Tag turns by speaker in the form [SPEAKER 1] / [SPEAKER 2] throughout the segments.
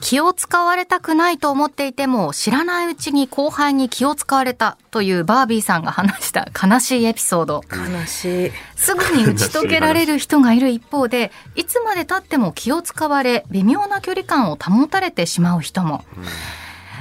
[SPEAKER 1] 気を使われたくないと思っていても、知らないうちに後輩に気を使われたというバービーさんが話した悲しいエピソード。
[SPEAKER 2] 悲しい。
[SPEAKER 1] すぐに打ち解けられる人がいる一方で、いつまでたっても気を使われ、微妙な距離感を保たれてしまう人も。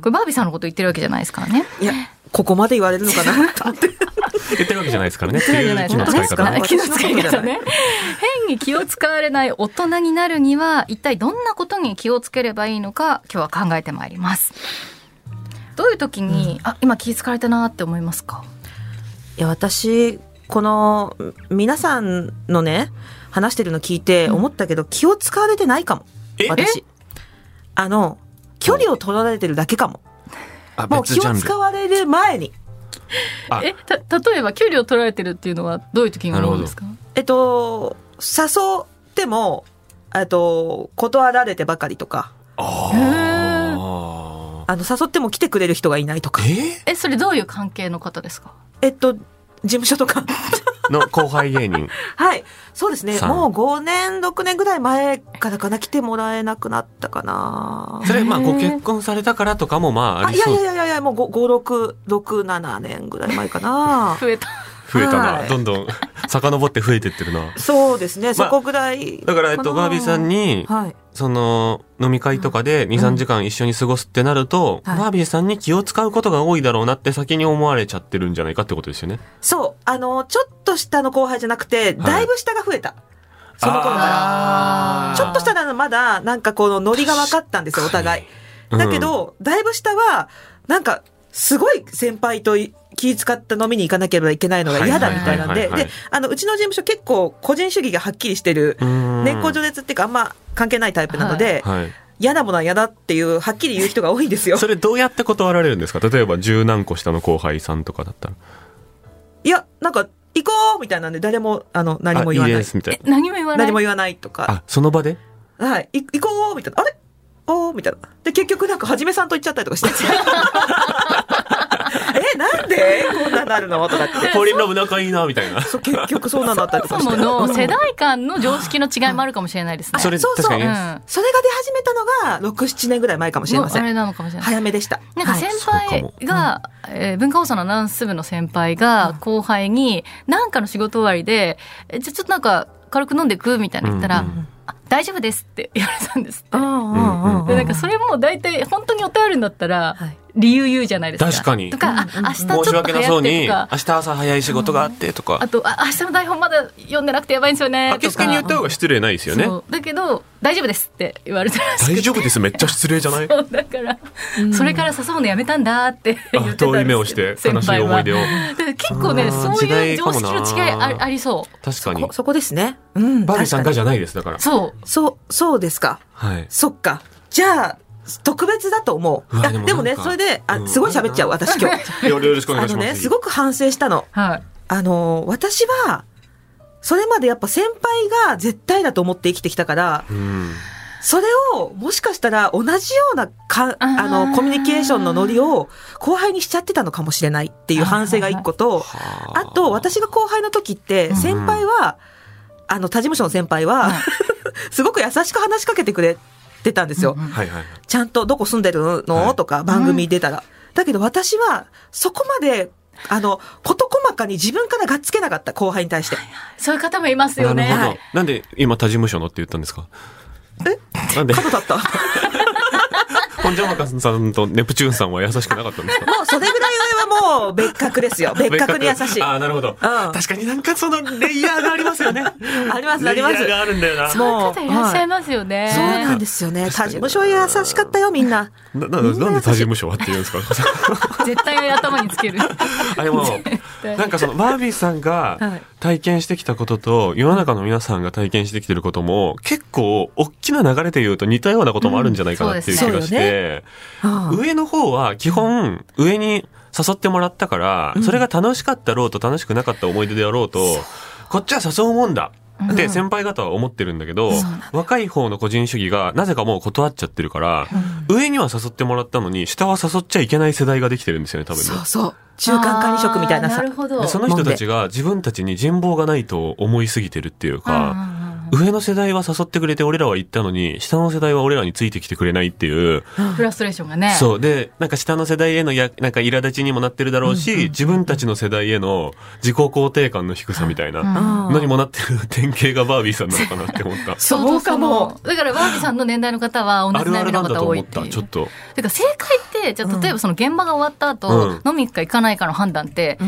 [SPEAKER 1] これバービーさんのこと言ってるわけじゃないですからね。
[SPEAKER 2] いや、ここまで言われるのか なと思って。
[SPEAKER 3] 言ってるわけじゃないですからね。
[SPEAKER 1] そうじゃないです
[SPEAKER 3] 手の
[SPEAKER 1] か
[SPEAKER 3] 使い方
[SPEAKER 2] 本 当で。
[SPEAKER 3] ね
[SPEAKER 1] 気の使い
[SPEAKER 2] 私のことじ
[SPEAKER 1] 方
[SPEAKER 2] ゃな
[SPEAKER 1] ね。変に気を使われない大人になるには、一体どんなことに気をつければいいのか、今日は考えてまいります。どういう時に、あ、今気使われたなって思いますか。
[SPEAKER 2] いや、私、この、皆さんのね、話してるの聞いて思ったけど、気を使われてないかも
[SPEAKER 3] え。
[SPEAKER 2] 私。あの、距離を取られてるだけかも。
[SPEAKER 3] あ、
[SPEAKER 2] もう
[SPEAKER 3] 別
[SPEAKER 2] 気
[SPEAKER 3] ジャ
[SPEAKER 2] を
[SPEAKER 3] ン
[SPEAKER 2] 使
[SPEAKER 3] ル。
[SPEAKER 2] われる前に。
[SPEAKER 3] あ
[SPEAKER 1] え、た、例えば、給料取られてるっていうのは、どういう時に思うんですか。
[SPEAKER 2] えっと、誘っても、えっと、断られてばかりとか、
[SPEAKER 3] あ
[SPEAKER 2] あの、誘っても来てくれる人がいないとか
[SPEAKER 3] ー。え
[SPEAKER 1] え、それどういう関係の方ですか。。
[SPEAKER 2] えっと、事務所とか。
[SPEAKER 3] の後輩芸人。
[SPEAKER 2] はい。そうですね。
[SPEAKER 3] さん
[SPEAKER 2] もう5年、6年ぐらい前からかな、来てもらえなくなったかな。
[SPEAKER 3] それ、まあ、ご結婚されたからとかも、まあ、あ
[SPEAKER 2] あ、
[SPEAKER 3] り
[SPEAKER 2] いや
[SPEAKER 3] そ。
[SPEAKER 2] いうやいやいや、もう5、6、6、7年ぐらい前かな
[SPEAKER 1] 増えた。
[SPEAKER 3] 増えた
[SPEAKER 2] は
[SPEAKER 3] な。
[SPEAKER 2] い
[SPEAKER 3] どんどん、 遡って増えてってるな。
[SPEAKER 2] そうですね、
[SPEAKER 3] まあ
[SPEAKER 2] そこぐらいかな。
[SPEAKER 3] だから、えっと、バービーさんに、
[SPEAKER 2] はい。
[SPEAKER 3] その、飲み会とかで2、3時間一緒に過ごすってなると、
[SPEAKER 2] はい
[SPEAKER 3] バービーさんに気を使うことが多いだろうなって先に思われちゃってるんじゃないかってことですよね。
[SPEAKER 2] そう。あの、ちょっと下の後輩じゃなくて、だいぶ下が増えた。その頃から。
[SPEAKER 1] あー
[SPEAKER 2] ちょっとしたらまだ、なんかこのノリが分かったんですよ、お互い。
[SPEAKER 3] うん
[SPEAKER 2] だけど、だいぶ下は、なんか、すごい先輩とい気使って飲みに行かなければいけないのが嫌だみたいなん
[SPEAKER 3] はい
[SPEAKER 2] で、
[SPEAKER 3] はいはいはい
[SPEAKER 2] で、あの、うちの事務所結構個人主義がはっきりしてる、
[SPEAKER 3] うん
[SPEAKER 2] 年功序列っていうかあんま関係ないタイプなので、
[SPEAKER 3] はい。
[SPEAKER 2] 嫌なものは嫌だっていう、はっきり言う人が多いんですよ
[SPEAKER 3] そ。れどうやって断られるんですか例えば十何個下の後輩さんとかだったら。
[SPEAKER 2] いや、なんか、行こうみたいなんで、誰も、あの、何も言わ
[SPEAKER 3] あいい
[SPEAKER 2] な
[SPEAKER 3] で
[SPEAKER 2] い。
[SPEAKER 3] すみたい
[SPEAKER 1] え、何も言わない。
[SPEAKER 2] 何も言わないとか
[SPEAKER 3] な。。あ、その場で
[SPEAKER 2] はい、い行こうみたいな。あれおーみたいな。で、結局なんか、はじめさんと行っちゃったりとか して。え、なんでこんなになるのとかって。
[SPEAKER 3] ポリンラブ仲いいな、みたいな。
[SPEAKER 2] そう、結局そうなんだったりと
[SPEAKER 1] そ
[SPEAKER 2] か
[SPEAKER 1] も
[SPEAKER 2] し
[SPEAKER 1] そもの
[SPEAKER 2] て。
[SPEAKER 1] 世
[SPEAKER 2] うん
[SPEAKER 1] 代間の常識の違いもあるかもしれないですね。
[SPEAKER 3] それ
[SPEAKER 2] そうそう
[SPEAKER 3] 確かにね。
[SPEAKER 1] うん
[SPEAKER 2] それが出始めたのが、6、7年ぐらい前かもしれませ
[SPEAKER 1] もうあ
[SPEAKER 2] ん。
[SPEAKER 1] れなのかもしれない。
[SPEAKER 2] 早めでした。
[SPEAKER 1] なんか
[SPEAKER 2] はい
[SPEAKER 1] 先
[SPEAKER 3] はい
[SPEAKER 1] 輩
[SPEAKER 3] そう
[SPEAKER 1] が、えー文化放送のアナウンス部の先輩が後輩に何かの仕事終わりで、えじゃあちょっとなんか軽く飲んでくみたいな言ったら、
[SPEAKER 3] うんうん
[SPEAKER 1] あ大丈夫ですって言われたんですって
[SPEAKER 2] う。んうんうんうん
[SPEAKER 1] でなんかそれも大体本当にお便りるんだったら
[SPEAKER 2] はい
[SPEAKER 1] 理由言うじゃないですか。
[SPEAKER 3] 確かに
[SPEAKER 1] とか、あ明日ちょっ
[SPEAKER 3] 申し
[SPEAKER 1] と
[SPEAKER 3] 訳な
[SPEAKER 1] 流
[SPEAKER 3] そ
[SPEAKER 1] 行
[SPEAKER 3] う
[SPEAKER 1] って
[SPEAKER 3] に、
[SPEAKER 1] ると
[SPEAKER 3] 明
[SPEAKER 1] か、
[SPEAKER 3] 日朝早い仕事があってとか
[SPEAKER 1] あ。と、あ明日の台本まだ読んでなくてやばいんですよね
[SPEAKER 3] あ
[SPEAKER 1] とか。
[SPEAKER 3] けすけに言った方が失礼ないですよね。
[SPEAKER 1] そうだけど、大丈夫ですって言われたらしくて
[SPEAKER 3] 大丈夫です、めっちゃ失礼じゃない
[SPEAKER 1] そうだから、それから誘うのやめたんだって言ってたんですけど
[SPEAKER 3] 遠い目をして悲しい思い出を
[SPEAKER 1] 先輩はだから結構
[SPEAKER 3] う
[SPEAKER 1] ね
[SPEAKER 3] ん
[SPEAKER 1] そういう常識の
[SPEAKER 3] 時
[SPEAKER 1] 違い
[SPEAKER 3] 代かもな
[SPEAKER 1] あありそ
[SPEAKER 3] 確かに
[SPEAKER 2] こ。そこですね。うん。
[SPEAKER 3] バービーさんがじ
[SPEAKER 2] ゃ
[SPEAKER 3] ゃないです、だから
[SPEAKER 1] う。そう
[SPEAKER 2] そう、そうですか。
[SPEAKER 3] はい。
[SPEAKER 2] そっか。じゃあ、特別だと思う。
[SPEAKER 3] う
[SPEAKER 2] いや
[SPEAKER 3] わでも
[SPEAKER 2] でもね、
[SPEAKER 3] なんか
[SPEAKER 2] それで、
[SPEAKER 3] う
[SPEAKER 2] あ、
[SPEAKER 3] ん
[SPEAKER 2] すごい喋っちゃう、私今日。
[SPEAKER 3] よろし くお願
[SPEAKER 2] あ
[SPEAKER 3] いし
[SPEAKER 2] の
[SPEAKER 3] ます。
[SPEAKER 2] ね、すごく反省したの。
[SPEAKER 1] はい
[SPEAKER 2] あの、私は、それまでやっぱ先輩が絶対だと思って生きてきたから、
[SPEAKER 3] うん。
[SPEAKER 2] それをもしかしたら同じようなか、
[SPEAKER 1] あー
[SPEAKER 2] あの、コミュニケーションのノリを後輩にしちゃってたのかもしれないっていう反省が一個と、あ
[SPEAKER 3] あ
[SPEAKER 2] と、私が後輩の時って、先輩は、あの、他事務所の先輩は、 すごく優しく話しかけてくれてたんですよ。
[SPEAKER 1] うんうん
[SPEAKER 3] はいはい。
[SPEAKER 2] ちゃんとどこ住んでるの、
[SPEAKER 3] はい
[SPEAKER 2] とか番組出たら。だけど私は、そこまで、あの、事細かに自分からがっつけなかった後輩に対して。
[SPEAKER 1] そういう方もいます
[SPEAKER 3] な
[SPEAKER 1] よ
[SPEAKER 3] る
[SPEAKER 1] ね
[SPEAKER 3] ほど。なんで今他事務所のって言ったんですかえなんで
[SPEAKER 2] 角立った。も
[SPEAKER 3] 本庄若さんとネプチューンさんは優しくなかったんですか
[SPEAKER 2] うそれぐらいはもう別格ですよ。別格に優しい。
[SPEAKER 3] あ
[SPEAKER 2] あ
[SPEAKER 3] あ、なるほど。確かになんかそのレイヤーがありますよね。
[SPEAKER 2] ります、あります。
[SPEAKER 3] レイヤーがあるんだよな。
[SPEAKER 2] も
[SPEAKER 1] 方いらっしゃい
[SPEAKER 2] ま
[SPEAKER 1] ますよね、
[SPEAKER 2] そうなんですよね。他事務所は優しかったよ、みんな。
[SPEAKER 3] なななんで他事務所はって言うんですか
[SPEAKER 1] 絶対頭につける
[SPEAKER 3] あれも
[SPEAKER 1] 対
[SPEAKER 3] なんかそのバービーさん
[SPEAKER 2] は
[SPEAKER 3] が
[SPEAKER 2] い
[SPEAKER 3] 体験してきたことと世の中の皆さんが体験してきてることも結構大きな流れで言うと似たようなこともあるんじゃないかなっていう気
[SPEAKER 2] うん
[SPEAKER 3] が
[SPEAKER 2] そうで
[SPEAKER 3] し
[SPEAKER 2] すね
[SPEAKER 3] て、
[SPEAKER 2] うん
[SPEAKER 3] 上の方は基本上に誘ってもらったから、それが楽しかったろうと楽しくなかった思い出であろうと、こっちは誘うもんだって先輩方は思ってるんだけど、若い方の個人主義がなぜかもう断っちゃってるから、上には誘ってもらったのに下は誘っちゃいけない世代ができてるんですよね、多分ね
[SPEAKER 2] そうそう。中間管理職みたいな
[SPEAKER 1] あー
[SPEAKER 2] さ
[SPEAKER 1] なる。ほ
[SPEAKER 3] で
[SPEAKER 1] ど
[SPEAKER 3] その人たちが自分たちに人望がないと思いすぎてるっていう
[SPEAKER 1] うんうんう
[SPEAKER 3] か、
[SPEAKER 1] ん
[SPEAKER 3] 上の世代は誘ってくれて俺らは行ったのに、下の世代は俺らについてきてくれないっていう、
[SPEAKER 1] フラストレーションがね。
[SPEAKER 3] そう。で、なんか下の世代へのや、なんか苛立ちにもなってるだろうし、自分たちの世代への自己肯定感の低さみたいな、
[SPEAKER 2] うん
[SPEAKER 3] のにもなってる典型がバービーさんなのかなって思った。
[SPEAKER 2] そうかも。
[SPEAKER 1] だからバービーさんの年代の方は 同
[SPEAKER 3] あ
[SPEAKER 1] じ
[SPEAKER 3] る
[SPEAKER 1] 悩
[SPEAKER 3] あ
[SPEAKER 1] み
[SPEAKER 3] るな
[SPEAKER 1] の
[SPEAKER 3] んだ
[SPEAKER 1] 方
[SPEAKER 3] と
[SPEAKER 1] 多い
[SPEAKER 3] 思っ
[SPEAKER 1] って
[SPEAKER 3] た。
[SPEAKER 1] いう。
[SPEAKER 3] ちょっと。
[SPEAKER 1] てか正解ってじゃあ例えばその現場が終わった後、
[SPEAKER 3] うん
[SPEAKER 1] 飲み行くか行かないかの判断って、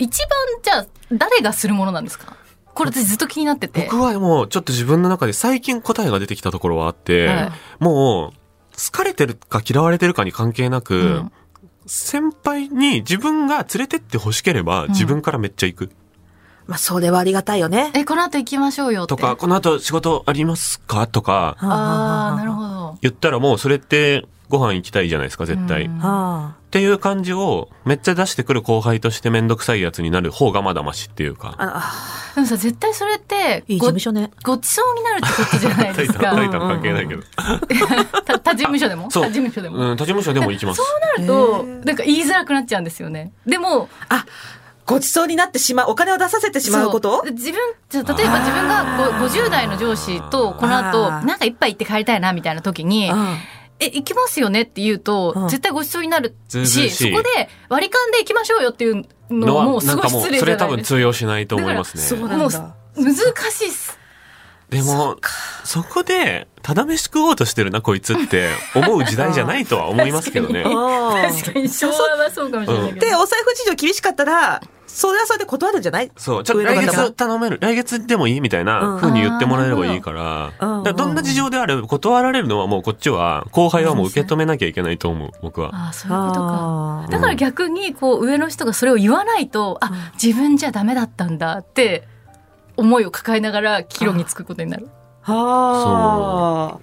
[SPEAKER 1] 一番じゃあ誰がするものなんですかこれ私ずっと気になってて
[SPEAKER 3] 僕。はもうちょっと自分の中で最近答えが出てきたところはあって、
[SPEAKER 1] はい
[SPEAKER 3] もう好かれてるか嫌われてるかに関係なく、
[SPEAKER 1] うん
[SPEAKER 3] 先輩に自分が連れてって欲しければ自分からめっちゃ行く。
[SPEAKER 2] まあ、それはありがたいよね。
[SPEAKER 1] え、この後行きましょうよって。
[SPEAKER 3] とか、この後仕事ありますかとか
[SPEAKER 1] ああ、なる
[SPEAKER 2] ど。
[SPEAKER 1] ほど。
[SPEAKER 3] 言ったらもうそれってご飯行きたいじゃないですか、絶対。
[SPEAKER 1] うん
[SPEAKER 2] あ
[SPEAKER 3] っていう感じをめっちゃ出してくる後輩としてめんどくさいやつになる方がまだマシっていう
[SPEAKER 2] あ
[SPEAKER 3] か。
[SPEAKER 2] のあ
[SPEAKER 1] でもさ、絶対それって
[SPEAKER 2] いい
[SPEAKER 1] ご
[SPEAKER 2] 事務、所ね。
[SPEAKER 1] ごちそうになるってことじゃない
[SPEAKER 3] タ
[SPEAKER 1] で
[SPEAKER 3] イ
[SPEAKER 1] す
[SPEAKER 3] タン、タイ
[SPEAKER 1] か。
[SPEAKER 3] タン関係ないけど。
[SPEAKER 1] 他他事務所でも他
[SPEAKER 3] そう
[SPEAKER 1] 事務所でも。
[SPEAKER 3] うん、他事務所でも行きます。
[SPEAKER 1] そうなると、
[SPEAKER 2] へー
[SPEAKER 1] なんか言いづらくなっちゃうんですよね。でも、
[SPEAKER 2] ごちそうになってしまう、お金を出させてしまうこと
[SPEAKER 1] そう自分、じゃあ例えば自分がご50代の上司と、この後、
[SPEAKER 2] あー
[SPEAKER 1] なんか一杯行って帰りたいな、みたいな時に、
[SPEAKER 2] あ
[SPEAKER 1] え、行きますよねって言うと
[SPEAKER 2] うん、
[SPEAKER 1] 絶対ご馳走になる
[SPEAKER 3] ずうずう
[SPEAKER 1] し、
[SPEAKER 3] し
[SPEAKER 1] そ
[SPEAKER 3] い
[SPEAKER 1] こで割り勘で行きましょうよっていうの
[SPEAKER 3] の
[SPEAKER 1] は
[SPEAKER 3] は、
[SPEAKER 1] もうす
[SPEAKER 3] なん
[SPEAKER 1] ごい
[SPEAKER 3] かもう、
[SPEAKER 1] 失礼じ
[SPEAKER 3] そ
[SPEAKER 1] ゃ
[SPEAKER 3] れ
[SPEAKER 1] な
[SPEAKER 3] 多
[SPEAKER 1] い
[SPEAKER 3] 分
[SPEAKER 1] ですか。
[SPEAKER 3] 通用しないと思います
[SPEAKER 2] そう
[SPEAKER 3] ね。
[SPEAKER 2] なん
[SPEAKER 1] も
[SPEAKER 2] だ。
[SPEAKER 1] 難しいっす。
[SPEAKER 3] でも、そこで、ただ飯食おうとしてるな、こいつって思う時代じゃないとは思いますけどね
[SPEAKER 1] 確。
[SPEAKER 2] あ
[SPEAKER 1] 確かに昭和はそうかもしれないけど。
[SPEAKER 2] で、お財布事情厳しかったら、それはそれで断るんじゃない
[SPEAKER 3] そう、ちょっと来月頼める、来月でもいいみたいな風に言ってもらえればいいから、
[SPEAKER 2] うんあー
[SPEAKER 3] だからどんな事情であれ断られるのはもうこっちは、後輩はもう受け止めなきゃいけないと思う、僕は。
[SPEAKER 1] ああ、そういうことか。
[SPEAKER 2] あー
[SPEAKER 1] だから逆にこう上の人がそれを言わないと、
[SPEAKER 2] うん
[SPEAKER 1] あ自分じゃダメだったんだって思いを抱えながら帰路につくことになる。
[SPEAKER 2] は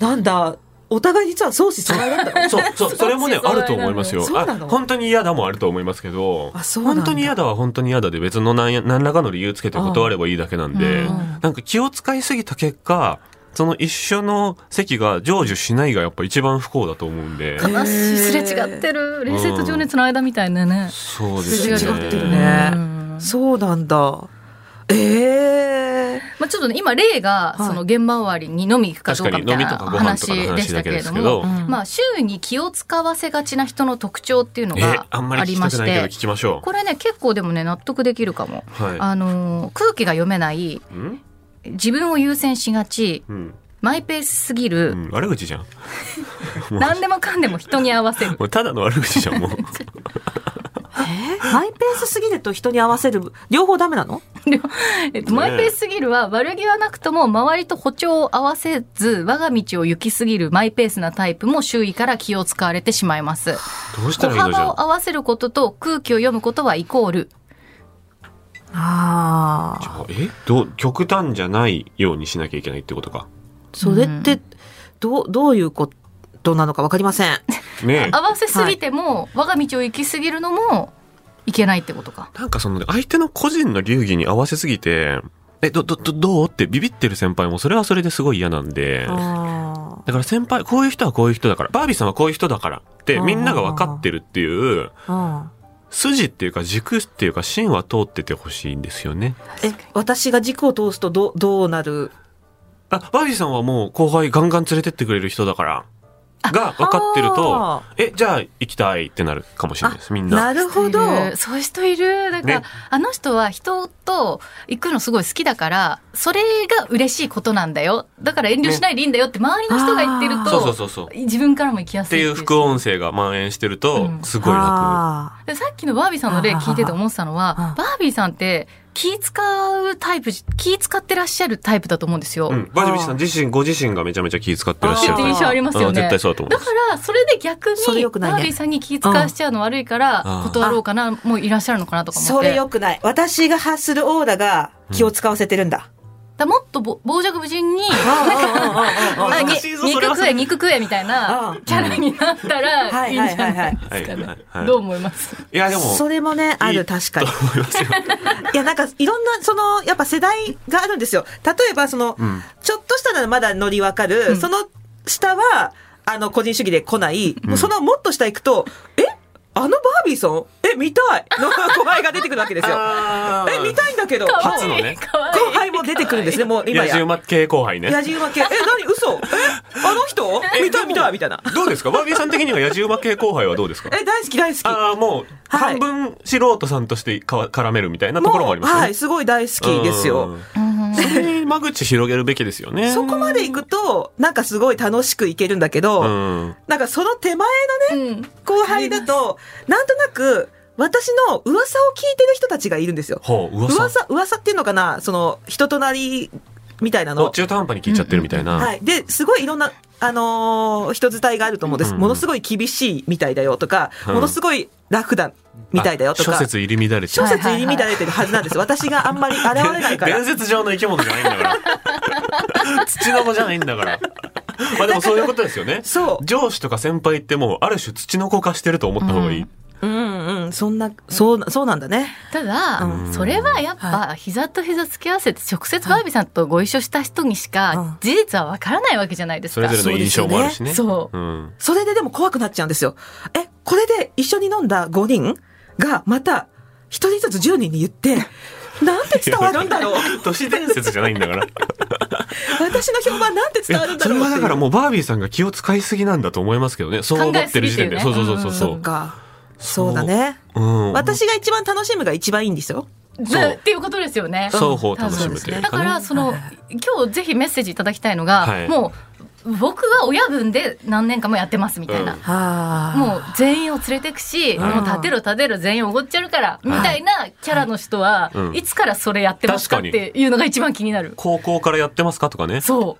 [SPEAKER 2] あ。なんだ、お互い実は相思相愛なんだ。
[SPEAKER 3] そう、そう、それもね、
[SPEAKER 1] そう
[SPEAKER 3] あると思いますよ。
[SPEAKER 2] そうな
[SPEAKER 3] あ
[SPEAKER 2] の
[SPEAKER 3] 本当に嫌だもあると思いますけど、
[SPEAKER 2] あそうなんだ
[SPEAKER 3] 本当に嫌だは本当に嫌だで別の何や何らかの理由つけて断ればいいだけなんで、
[SPEAKER 1] うん
[SPEAKER 3] なんか気を使いすぎた結果、その一緒の席が成就しないがやっぱ一番不幸だと思うんで。
[SPEAKER 2] ん
[SPEAKER 1] 悲しいすれ違ってる冷静と情熱の間みたいなね。
[SPEAKER 3] そうですす
[SPEAKER 2] れ
[SPEAKER 3] ね。
[SPEAKER 2] 違ってるね
[SPEAKER 1] うん
[SPEAKER 2] そうなんだ。ええ
[SPEAKER 1] まあちょっとね今例が
[SPEAKER 2] はい
[SPEAKER 1] その現場終わりに飲み行くかどうかみたいな
[SPEAKER 3] 確かに飲みとかご飯
[SPEAKER 1] 話
[SPEAKER 3] とかの
[SPEAKER 1] でし
[SPEAKER 3] 話
[SPEAKER 1] た
[SPEAKER 3] だ
[SPEAKER 1] けれ
[SPEAKER 3] けで
[SPEAKER 1] ど
[SPEAKER 3] すけ
[SPEAKER 1] も
[SPEAKER 3] ど、
[SPEAKER 2] うん
[SPEAKER 1] まあ周囲に気を使わせがちな人の特徴っていうの
[SPEAKER 3] え
[SPEAKER 1] が、
[SPEAKER 3] あんま
[SPEAKER 1] あ
[SPEAKER 3] り
[SPEAKER 1] り
[SPEAKER 3] 聞
[SPEAKER 1] ま
[SPEAKER 3] き
[SPEAKER 1] し
[SPEAKER 3] たくないけど
[SPEAKER 1] て
[SPEAKER 3] 聞。きましょ
[SPEAKER 1] これね結構でもね納得できるかも。
[SPEAKER 3] う。は
[SPEAKER 1] あのー空気が読めない
[SPEAKER 3] い。うん
[SPEAKER 1] 自分を優先しがち
[SPEAKER 3] うん。
[SPEAKER 1] マイペースすぎる、
[SPEAKER 3] うん悪口じゃん。
[SPEAKER 1] 何でもかんでも人に合わ せる
[SPEAKER 3] もうただの悪口じゃん、 もう。
[SPEAKER 2] マイペースすぎると人に合わせる、両方ダメなの
[SPEAKER 1] えっと、マイペースすぎるは悪気はなくとも周りと歩調を合わせず我が道を行きすぎるマイペースなタイプも周囲から気を使われてしまいます
[SPEAKER 3] どうし
[SPEAKER 1] 歩
[SPEAKER 3] たらいいのじゃ
[SPEAKER 1] 幅
[SPEAKER 3] ん
[SPEAKER 1] を。合わせることと空気を読むことはイコール
[SPEAKER 2] あ
[SPEAKER 3] じ
[SPEAKER 2] あ。
[SPEAKER 3] ゃあえどう極端じゃないようにしなきゃいけないってことか。
[SPEAKER 2] それって、どう、どういうことなのかわかりません。
[SPEAKER 3] ねえ
[SPEAKER 1] 合わせすぎても、我が道を行きすぎるのもいけないってことか
[SPEAKER 3] なんかその、相手の個人の流儀に合わせすぎて、え、ど、ど、ど、どうってビビってる先輩もそれはそれですごい嫌なんで、
[SPEAKER 2] あ
[SPEAKER 3] だから先輩、こういう人はこういう人だから、バービーさんはこういう人だからってみんなが分かってるっていう、
[SPEAKER 2] あ。
[SPEAKER 3] 筋っていうか軸っていうか芯は通っててほしいんですよね。
[SPEAKER 2] え、私が軸を通すとど、どうなる
[SPEAKER 3] あ、バービーさんはもう後輩ガンガン連れてってくれる人だから、が分かってると
[SPEAKER 2] あ、
[SPEAKER 3] え、じゃあ行きたいってなるかもしれないです、みんな。
[SPEAKER 2] なるほど。
[SPEAKER 1] いるそういう人いるなんか、
[SPEAKER 3] ね
[SPEAKER 1] あの人は人と行くのすごい好きだからそれが嬉しいことなんだよだから遠慮しないでいいんだよって周りの人が言ってる
[SPEAKER 2] ね
[SPEAKER 3] そうそう
[SPEAKER 1] と
[SPEAKER 3] そうそう。っ
[SPEAKER 1] 自分からも行きやす
[SPEAKER 3] て
[SPEAKER 1] い
[SPEAKER 3] いう副音声が蔓延してると
[SPEAKER 1] う、ん
[SPEAKER 3] すごい楽。
[SPEAKER 2] あ
[SPEAKER 1] でさっきのバービーさんの例聞いてて思ってたのは
[SPEAKER 2] ああ
[SPEAKER 1] バービーさんって気使うタイプ気使ってらっしゃるタイプだと思うんですよ、
[SPEAKER 3] うん、バービーさん自身、ご自身がめちゃめちゃ気使ってらっしゃ
[SPEAKER 1] っ
[SPEAKER 3] る
[SPEAKER 1] て
[SPEAKER 3] から。
[SPEAKER 1] 印象ありますよ
[SPEAKER 3] うん
[SPEAKER 1] ね
[SPEAKER 3] 絶対そうだと思
[SPEAKER 1] だ
[SPEAKER 3] う
[SPEAKER 1] か。らそれで逆に
[SPEAKER 2] それ良くないね
[SPEAKER 1] バービーさんに気使わしちゃうの悪いから
[SPEAKER 3] うん
[SPEAKER 1] 断ろうかなもういらっしゃるのかなと
[SPEAKER 2] あ。
[SPEAKER 1] か思っ
[SPEAKER 2] そ
[SPEAKER 1] て
[SPEAKER 2] れ良くない。私が発するオーラが気を使わせてるんだ。
[SPEAKER 1] だからもっとぼ傍若無人にあに
[SPEAKER 3] 難しいぞそ
[SPEAKER 1] 肉
[SPEAKER 3] れは
[SPEAKER 1] 食え肉食えみたい
[SPEAKER 2] あ
[SPEAKER 1] な
[SPEAKER 2] あ
[SPEAKER 1] キャラになったら
[SPEAKER 2] はいい
[SPEAKER 1] いんじ
[SPEAKER 2] は
[SPEAKER 1] ゃ
[SPEAKER 2] いはい
[SPEAKER 1] な
[SPEAKER 2] はいい
[SPEAKER 1] ですか
[SPEAKER 3] は
[SPEAKER 1] ね
[SPEAKER 3] いはいはい
[SPEAKER 1] どう思います
[SPEAKER 3] いや、でも、
[SPEAKER 2] それもね、ある、確かに。いや、なんか、いろんな、その、やっぱ世代があるんですよ。例えば、その、
[SPEAKER 3] ん
[SPEAKER 2] ちょっとしたらまだノリわかる、
[SPEAKER 1] うん
[SPEAKER 2] その下は、あの、個人主義で来ない、もうそのもっと下行くと、えあのバービーさんええ、見たいの後輩が出てくるわけですよ。
[SPEAKER 3] あ
[SPEAKER 2] え、見たいんだけど。
[SPEAKER 1] か
[SPEAKER 2] 後
[SPEAKER 1] わいい
[SPEAKER 3] 初のね
[SPEAKER 1] かわいい
[SPEAKER 2] 輩も出てくるんですね、もう今
[SPEAKER 3] 野
[SPEAKER 2] や。
[SPEAKER 3] 獣馬系後輩ね。
[SPEAKER 2] 野じ馬系。え、何嘘え、あの人見たい見たいみたいな。
[SPEAKER 3] どうですかバービーさん的には野獣馬系後輩はど うですか
[SPEAKER 2] え、大好き大好き。
[SPEAKER 3] ああ、もう、
[SPEAKER 2] はい
[SPEAKER 3] 半分素人さんとしてかわ絡めるみたいなところも
[SPEAKER 2] も
[SPEAKER 3] あ
[SPEAKER 2] う、
[SPEAKER 3] りますよ
[SPEAKER 2] は
[SPEAKER 3] ね
[SPEAKER 2] い、。すごい大好きですよ。
[SPEAKER 1] うん
[SPEAKER 3] うん。それに間口広げるべきですよね。
[SPEAKER 2] そこまで行くと、なんかすごい楽しくいけるんだけど、
[SPEAKER 3] うん。
[SPEAKER 2] なんかその手前のね、
[SPEAKER 1] うん
[SPEAKER 2] 後輩だと、なんとなく、私の噂を聞いてる人たちがいるんですよ。
[SPEAKER 3] ほう、噂。
[SPEAKER 2] 噂、噂っていうのかなその、人となりみたいな
[SPEAKER 3] を
[SPEAKER 2] の。
[SPEAKER 3] 中途半端に聞いちゃってるみたいな。
[SPEAKER 2] はい。で、すごいいろんな、あのー人伝いがあると思うんです。
[SPEAKER 3] うん
[SPEAKER 2] ものすごい厳しいみたいだよとか、
[SPEAKER 3] うん
[SPEAKER 2] ものすごいラフだみたいだよとか。
[SPEAKER 3] 諸説入り乱れち
[SPEAKER 2] 諸
[SPEAKER 3] ゃう。
[SPEAKER 2] 説入り乱れてるはずなんです。私があんまり現れないから。
[SPEAKER 3] 伝説上の生き物じゃないんだから。土の子じゃないんだから。まあでもそういうことですよね。
[SPEAKER 2] そ
[SPEAKER 3] 上司とか先輩ってもうある種土の子化してると思った方がいい。
[SPEAKER 1] うん
[SPEAKER 2] う。うんうん。そんな、そう、そうなんだね。
[SPEAKER 1] ただ、
[SPEAKER 3] うん
[SPEAKER 1] それはやっぱ膝と膝付き合わせて直接バービーさんとご一緒した人にしか事実はわからないわけじゃないです
[SPEAKER 3] そ
[SPEAKER 1] か。
[SPEAKER 3] れぞれの印象もあるしね。。
[SPEAKER 1] そう
[SPEAKER 3] ん。
[SPEAKER 2] それででも怖くなっちゃうんですよ。え、これで一緒に飲んだ5人がまた一人ずつ10人に言っ て、なんて伝わるんだろう。
[SPEAKER 3] 都市伝説じゃないんだから。
[SPEAKER 2] 私の評判なんて伝わるんだ
[SPEAKER 3] そ
[SPEAKER 2] ろう
[SPEAKER 3] れ
[SPEAKER 2] っていう。
[SPEAKER 3] はだからもうバービーさんが気を使いすぎなんだと思いますけどね。そう思ってる時点で。
[SPEAKER 1] 考
[SPEAKER 3] そ
[SPEAKER 1] え
[SPEAKER 3] う
[SPEAKER 1] す
[SPEAKER 3] そ
[SPEAKER 1] ぎて
[SPEAKER 3] うそ
[SPEAKER 1] ね
[SPEAKER 3] うそう
[SPEAKER 2] そっか。そうだね。
[SPEAKER 3] うん。
[SPEAKER 2] 私が一番楽しむが一番いいんですよ。
[SPEAKER 3] そう
[SPEAKER 1] っていうことですよね。
[SPEAKER 3] 双方楽しむというか、ね。
[SPEAKER 1] だからその今日ぜひメッセージいただきたいのが、
[SPEAKER 3] はい
[SPEAKER 1] もう僕は親分で何年間もやってますみたいな。
[SPEAKER 3] うん
[SPEAKER 2] はあ。
[SPEAKER 1] もう全員を連れてくし、
[SPEAKER 3] はい
[SPEAKER 1] もう立てろ立てろ全員おごっちゃるから、みたいなキャラの人は、
[SPEAKER 3] うん
[SPEAKER 1] いつからそれやってますかっ
[SPEAKER 3] 確かに
[SPEAKER 1] ていうのが一番気になる。
[SPEAKER 3] 高校からやってますかとかね。
[SPEAKER 1] そ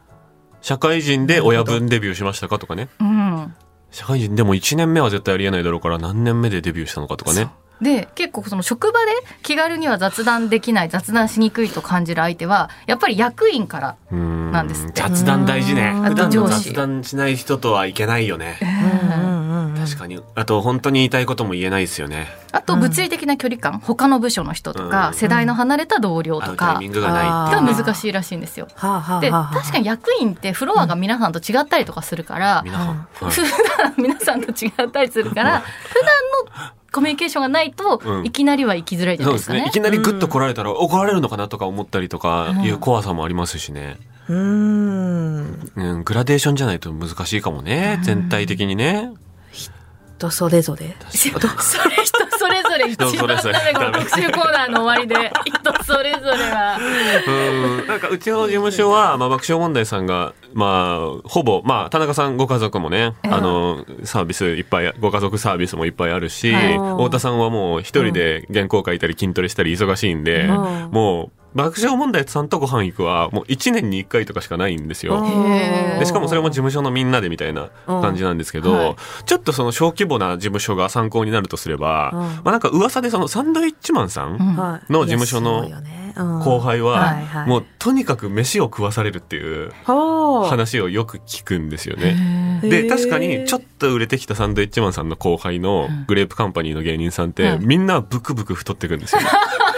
[SPEAKER 3] 社会人で親分デビューしましたかとかね。
[SPEAKER 1] う。うん。
[SPEAKER 3] 社会人でも1年目は絶対ありえないだろうから何年目でデビューしたのかとかね。
[SPEAKER 1] で結構その職場で気軽には雑談できない雑談しにくいと感じる相手はやっぱり役員から
[SPEAKER 3] うーん
[SPEAKER 1] なんですって
[SPEAKER 3] 雑談大事ね
[SPEAKER 2] うん。
[SPEAKER 3] 普段の
[SPEAKER 1] あと上司
[SPEAKER 3] 雑談しない人とはいけないよね。
[SPEAKER 2] うんうんうん。
[SPEAKER 3] 確かに。あと本当に言いたいことも言えないですよね。
[SPEAKER 1] あと物理的な距離感、他の部署の人とか、
[SPEAKER 3] うん
[SPEAKER 1] 世代の離れた同僚
[SPEAKER 3] 会
[SPEAKER 1] と
[SPEAKER 3] うタイ
[SPEAKER 1] か
[SPEAKER 3] ミングがないってい
[SPEAKER 1] が
[SPEAKER 3] う
[SPEAKER 2] あー
[SPEAKER 1] 難しいらしいんですよ。
[SPEAKER 2] はあはあ
[SPEAKER 1] で
[SPEAKER 2] はあはあ。
[SPEAKER 1] 確かに役員ってフロアが皆さんと違ったりとかするから、
[SPEAKER 3] 皆さん。はい
[SPEAKER 1] 普段皆さんと違ったりするから普段のコミュニケーションがないと、
[SPEAKER 3] うん
[SPEAKER 1] いきなりは行きづらいじゃ
[SPEAKER 3] そ
[SPEAKER 1] な
[SPEAKER 3] う
[SPEAKER 1] いで
[SPEAKER 3] で
[SPEAKER 1] す
[SPEAKER 3] す
[SPEAKER 1] かね
[SPEAKER 3] ね。い。きなりグッと来られたら怒られるのかなとか思ったりとかいう怖さもありますしね。
[SPEAKER 2] うーん。
[SPEAKER 3] うん、グラデーションじゃないと難しいかもね。全体的にね。
[SPEAKER 2] と、それぞれ。
[SPEAKER 1] 人それ人 それぞれ一
[SPEAKER 3] 人それ
[SPEAKER 1] 番
[SPEAKER 3] ぞれ
[SPEAKER 1] ダメこの特集コーナーの終わりで人それぞれは
[SPEAKER 3] うんなんかうちの事務所は、まあ、爆笑問題さんが、まあ、ほぼ、まあ、田中さんご家族もね、あのサービスいっぱいご家族サービスもいっぱいあるし、
[SPEAKER 1] はい
[SPEAKER 3] 太田さんはもう一人で原稿書いたり筋トレしたり忙しいんで、
[SPEAKER 2] うん
[SPEAKER 3] もう爆笑問題さんとご飯行くはもう1年に1回とかしかないんですよ。
[SPEAKER 1] へー
[SPEAKER 3] でしかもそれも事務所のみんなでみたいな感じなんですけど、
[SPEAKER 1] うんはい
[SPEAKER 3] ちょっとその小規模な事務所が参考にななるとすれば、
[SPEAKER 2] うん
[SPEAKER 3] まあなんか噂でそのサンドウィッチマンさ
[SPEAKER 1] う
[SPEAKER 3] ん、
[SPEAKER 1] ん
[SPEAKER 2] はい
[SPEAKER 3] の事務所の
[SPEAKER 2] いやすごいよねうん
[SPEAKER 3] 後輩
[SPEAKER 2] はい
[SPEAKER 3] は
[SPEAKER 2] はい
[SPEAKER 3] もうとにかく飯を食わされるっていう
[SPEAKER 2] はあ
[SPEAKER 3] 話をよく聞くんですよね。
[SPEAKER 1] へー
[SPEAKER 2] へ
[SPEAKER 3] で
[SPEAKER 2] ー
[SPEAKER 3] 確かにちょっと売れてきたサンドイッチマンさんの後輩のグレープカンパニーの芸人さんって
[SPEAKER 1] うん
[SPEAKER 3] みんなブクブク太ってくんで すよ。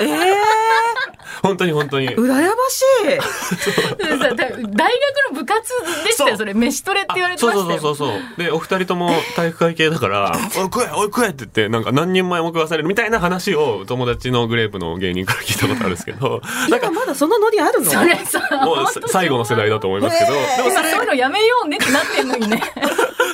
[SPEAKER 2] ええ
[SPEAKER 3] 本当に本当に。
[SPEAKER 2] 羨ましい。
[SPEAKER 1] そうそうだ大学の部活でした
[SPEAKER 3] そう
[SPEAKER 1] よそれ飯トレって言われて
[SPEAKER 3] そ
[SPEAKER 1] ま
[SPEAKER 3] う
[SPEAKER 1] した
[SPEAKER 3] そ
[SPEAKER 1] よ
[SPEAKER 3] うそうそうそうでお二人とも体育会系だから 「おい食えおい食え」って言ってなんか何人前も食わされるみたいな話を友達のグレープの芸人から聞いたことあるんです けど なんか
[SPEAKER 2] 今まだそのノリあるの
[SPEAKER 1] それさ
[SPEAKER 3] もう最後の世代だと思いますけどでも
[SPEAKER 1] 今 そういうのやめようねってなってんのに ね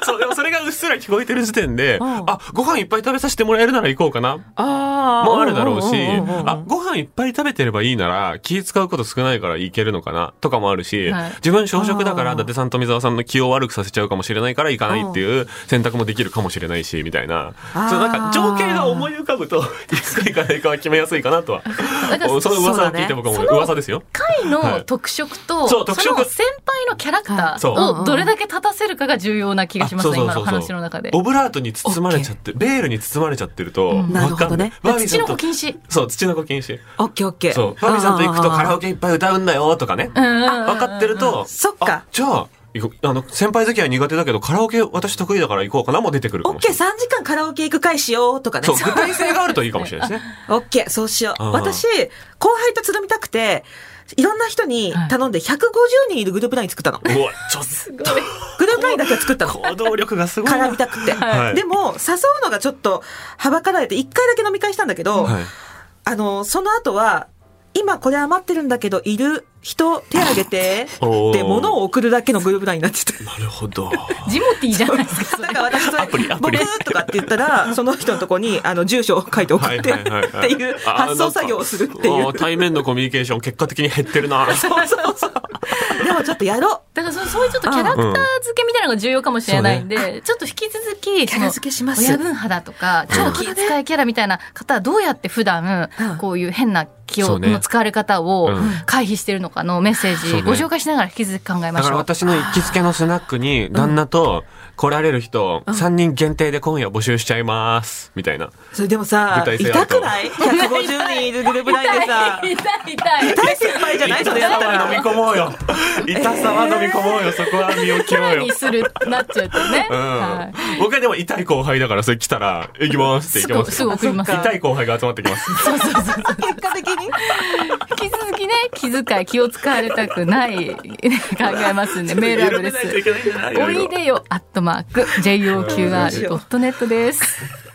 [SPEAKER 3] そう、でもそれがうっすら聞こえてる時点で、
[SPEAKER 2] ん
[SPEAKER 3] あ、ご飯いっぱい食べさせてもらえるなら行こうかな、
[SPEAKER 2] あー
[SPEAKER 3] もあるだろうし、
[SPEAKER 2] んんうんうん
[SPEAKER 3] あ、ご飯いっぱい食べてればいいなら気使うこと少ないから行けるのかなとかもあるし、
[SPEAKER 1] はい
[SPEAKER 3] 自分小食だから
[SPEAKER 2] あ
[SPEAKER 3] 伊
[SPEAKER 2] ー
[SPEAKER 3] 達さんと富澤さんの気を悪くさせちゃうかもしれないから行かないっていう選択もできるかもしれないし、みたいな。
[SPEAKER 2] あー
[SPEAKER 3] そう、なんか情景が思い浮かぶと、行くか行かないかは決めやすいかなとは。
[SPEAKER 1] だから
[SPEAKER 3] その噂を聞いて僕は思う。噂ですよ。
[SPEAKER 1] 会
[SPEAKER 3] はい
[SPEAKER 1] の特色と、
[SPEAKER 3] そう
[SPEAKER 1] そ
[SPEAKER 3] 特色
[SPEAKER 1] の先輩のキャラクタ
[SPEAKER 3] そう
[SPEAKER 1] ーをどれだけ立たせるかが重要な気がしますね、
[SPEAKER 3] あそうそ
[SPEAKER 1] 今
[SPEAKER 3] うそうそう
[SPEAKER 1] の話の中で。
[SPEAKER 3] オブラートに包まれちゃって、ベールに包まれちゃってると、
[SPEAKER 1] うん
[SPEAKER 2] なるほどね
[SPEAKER 3] わかんない
[SPEAKER 1] 土の子禁止。
[SPEAKER 3] そう、土の子禁止。
[SPEAKER 2] オッケーオッケー。
[SPEAKER 3] そう。ファミさんと行くとカラオ
[SPEAKER 2] ケ。
[SPEAKER 3] ケいっぱい歌うんだよとかね。
[SPEAKER 1] うん
[SPEAKER 3] 分
[SPEAKER 1] うんうんうん
[SPEAKER 3] かってると。
[SPEAKER 2] そっか
[SPEAKER 3] あじゃあ、行こうあの、先輩付き合い苦手だけどカラオケ私得意だから行こうかなも出てくるか
[SPEAKER 2] オッ
[SPEAKER 3] もし
[SPEAKER 2] ケ
[SPEAKER 3] れ
[SPEAKER 2] ー、
[SPEAKER 3] ない。
[SPEAKER 2] 3時間カラオケ行く会しようとかね。
[SPEAKER 3] そう、具体性があるといいかもしれないですね。
[SPEAKER 2] オッケー、そうしよう。
[SPEAKER 3] うん
[SPEAKER 2] 私、後輩とつるみたくて、いろんな人に頼んで150人いるグループライン作った の。
[SPEAKER 3] うわ、ちょっ
[SPEAKER 1] すごい。
[SPEAKER 2] グループラインだけは作った の。
[SPEAKER 3] と行動力がすごいな。
[SPEAKER 2] 絡みたくて。
[SPEAKER 3] はい
[SPEAKER 2] でも、誘うのがちょっと、はばかられて、一回だけ飲み会したんだけど、
[SPEAKER 3] はい。
[SPEAKER 2] あの、その後は、今これ余ってるんだけど、いる人、手挙げて、
[SPEAKER 3] おー
[SPEAKER 2] で、物を送るだけのグループラインになってて。
[SPEAKER 3] なるほど。
[SPEAKER 1] ジモティーじゃないですか。そ
[SPEAKER 2] な
[SPEAKER 1] れ
[SPEAKER 2] んか私それ
[SPEAKER 3] アプリアプ
[SPEAKER 2] 僕
[SPEAKER 3] リ
[SPEAKER 2] とかって言ったら、その人のとこに、あの、住所を書いて送って、っていう発送作業をするっていう
[SPEAKER 3] あー。対面のコミュニケーション結果的に減ってるな。
[SPEAKER 2] そうそうそう。でもちょっとやろ
[SPEAKER 1] だからそそういうちょっとキャラクター付けみたいなのが重要かもしれないんで、ちょっと引き続き、
[SPEAKER 2] う。キャラ付けします。
[SPEAKER 1] 親分肌とか、超気使いキャラみたいな方はどうやって普段
[SPEAKER 2] うん、
[SPEAKER 1] こういう変な気
[SPEAKER 3] そ
[SPEAKER 1] を、
[SPEAKER 3] うね
[SPEAKER 1] の使われ方を
[SPEAKER 3] うん
[SPEAKER 1] 回避してるのかのメッセージ、
[SPEAKER 3] そうね
[SPEAKER 1] ご紹介しながら引き続き考えま
[SPEAKER 3] だか
[SPEAKER 1] し
[SPEAKER 3] ら
[SPEAKER 1] ょう。
[SPEAKER 3] 私の行きつけのスナックに旦那と来られる人3人限定で今夜募集しちゃいますみたいな
[SPEAKER 2] それでもさ
[SPEAKER 3] 具、体性あ
[SPEAKER 2] 痛
[SPEAKER 3] ると
[SPEAKER 2] くない ?150 人いるグループラインでさ
[SPEAKER 1] 痛。い痛い
[SPEAKER 2] 痛い先輩じゃないそれやった
[SPEAKER 3] 痛さは
[SPEAKER 2] ら。
[SPEAKER 3] 飲み込もうよ痛さは飲み込もうよそこは身を
[SPEAKER 1] キ
[SPEAKER 3] 切
[SPEAKER 1] ャ
[SPEAKER 3] ろう
[SPEAKER 1] ラ
[SPEAKER 3] よ
[SPEAKER 1] にするなっちゃうとね。は
[SPEAKER 3] うん、僕はでも痛い後輩だからそれ来たら行きますって行きます
[SPEAKER 1] すぐすぐ送ります
[SPEAKER 3] 痛い後輩が集まってきます
[SPEAKER 2] 結果的に。
[SPEAKER 1] い引き続きね、気遣い、気を使われたくない考えますんで、メールアドレス
[SPEAKER 3] 緩めないといけないんだないろ
[SPEAKER 1] お
[SPEAKER 3] いろ
[SPEAKER 1] いでよ、アットマーク、JOQR.net です。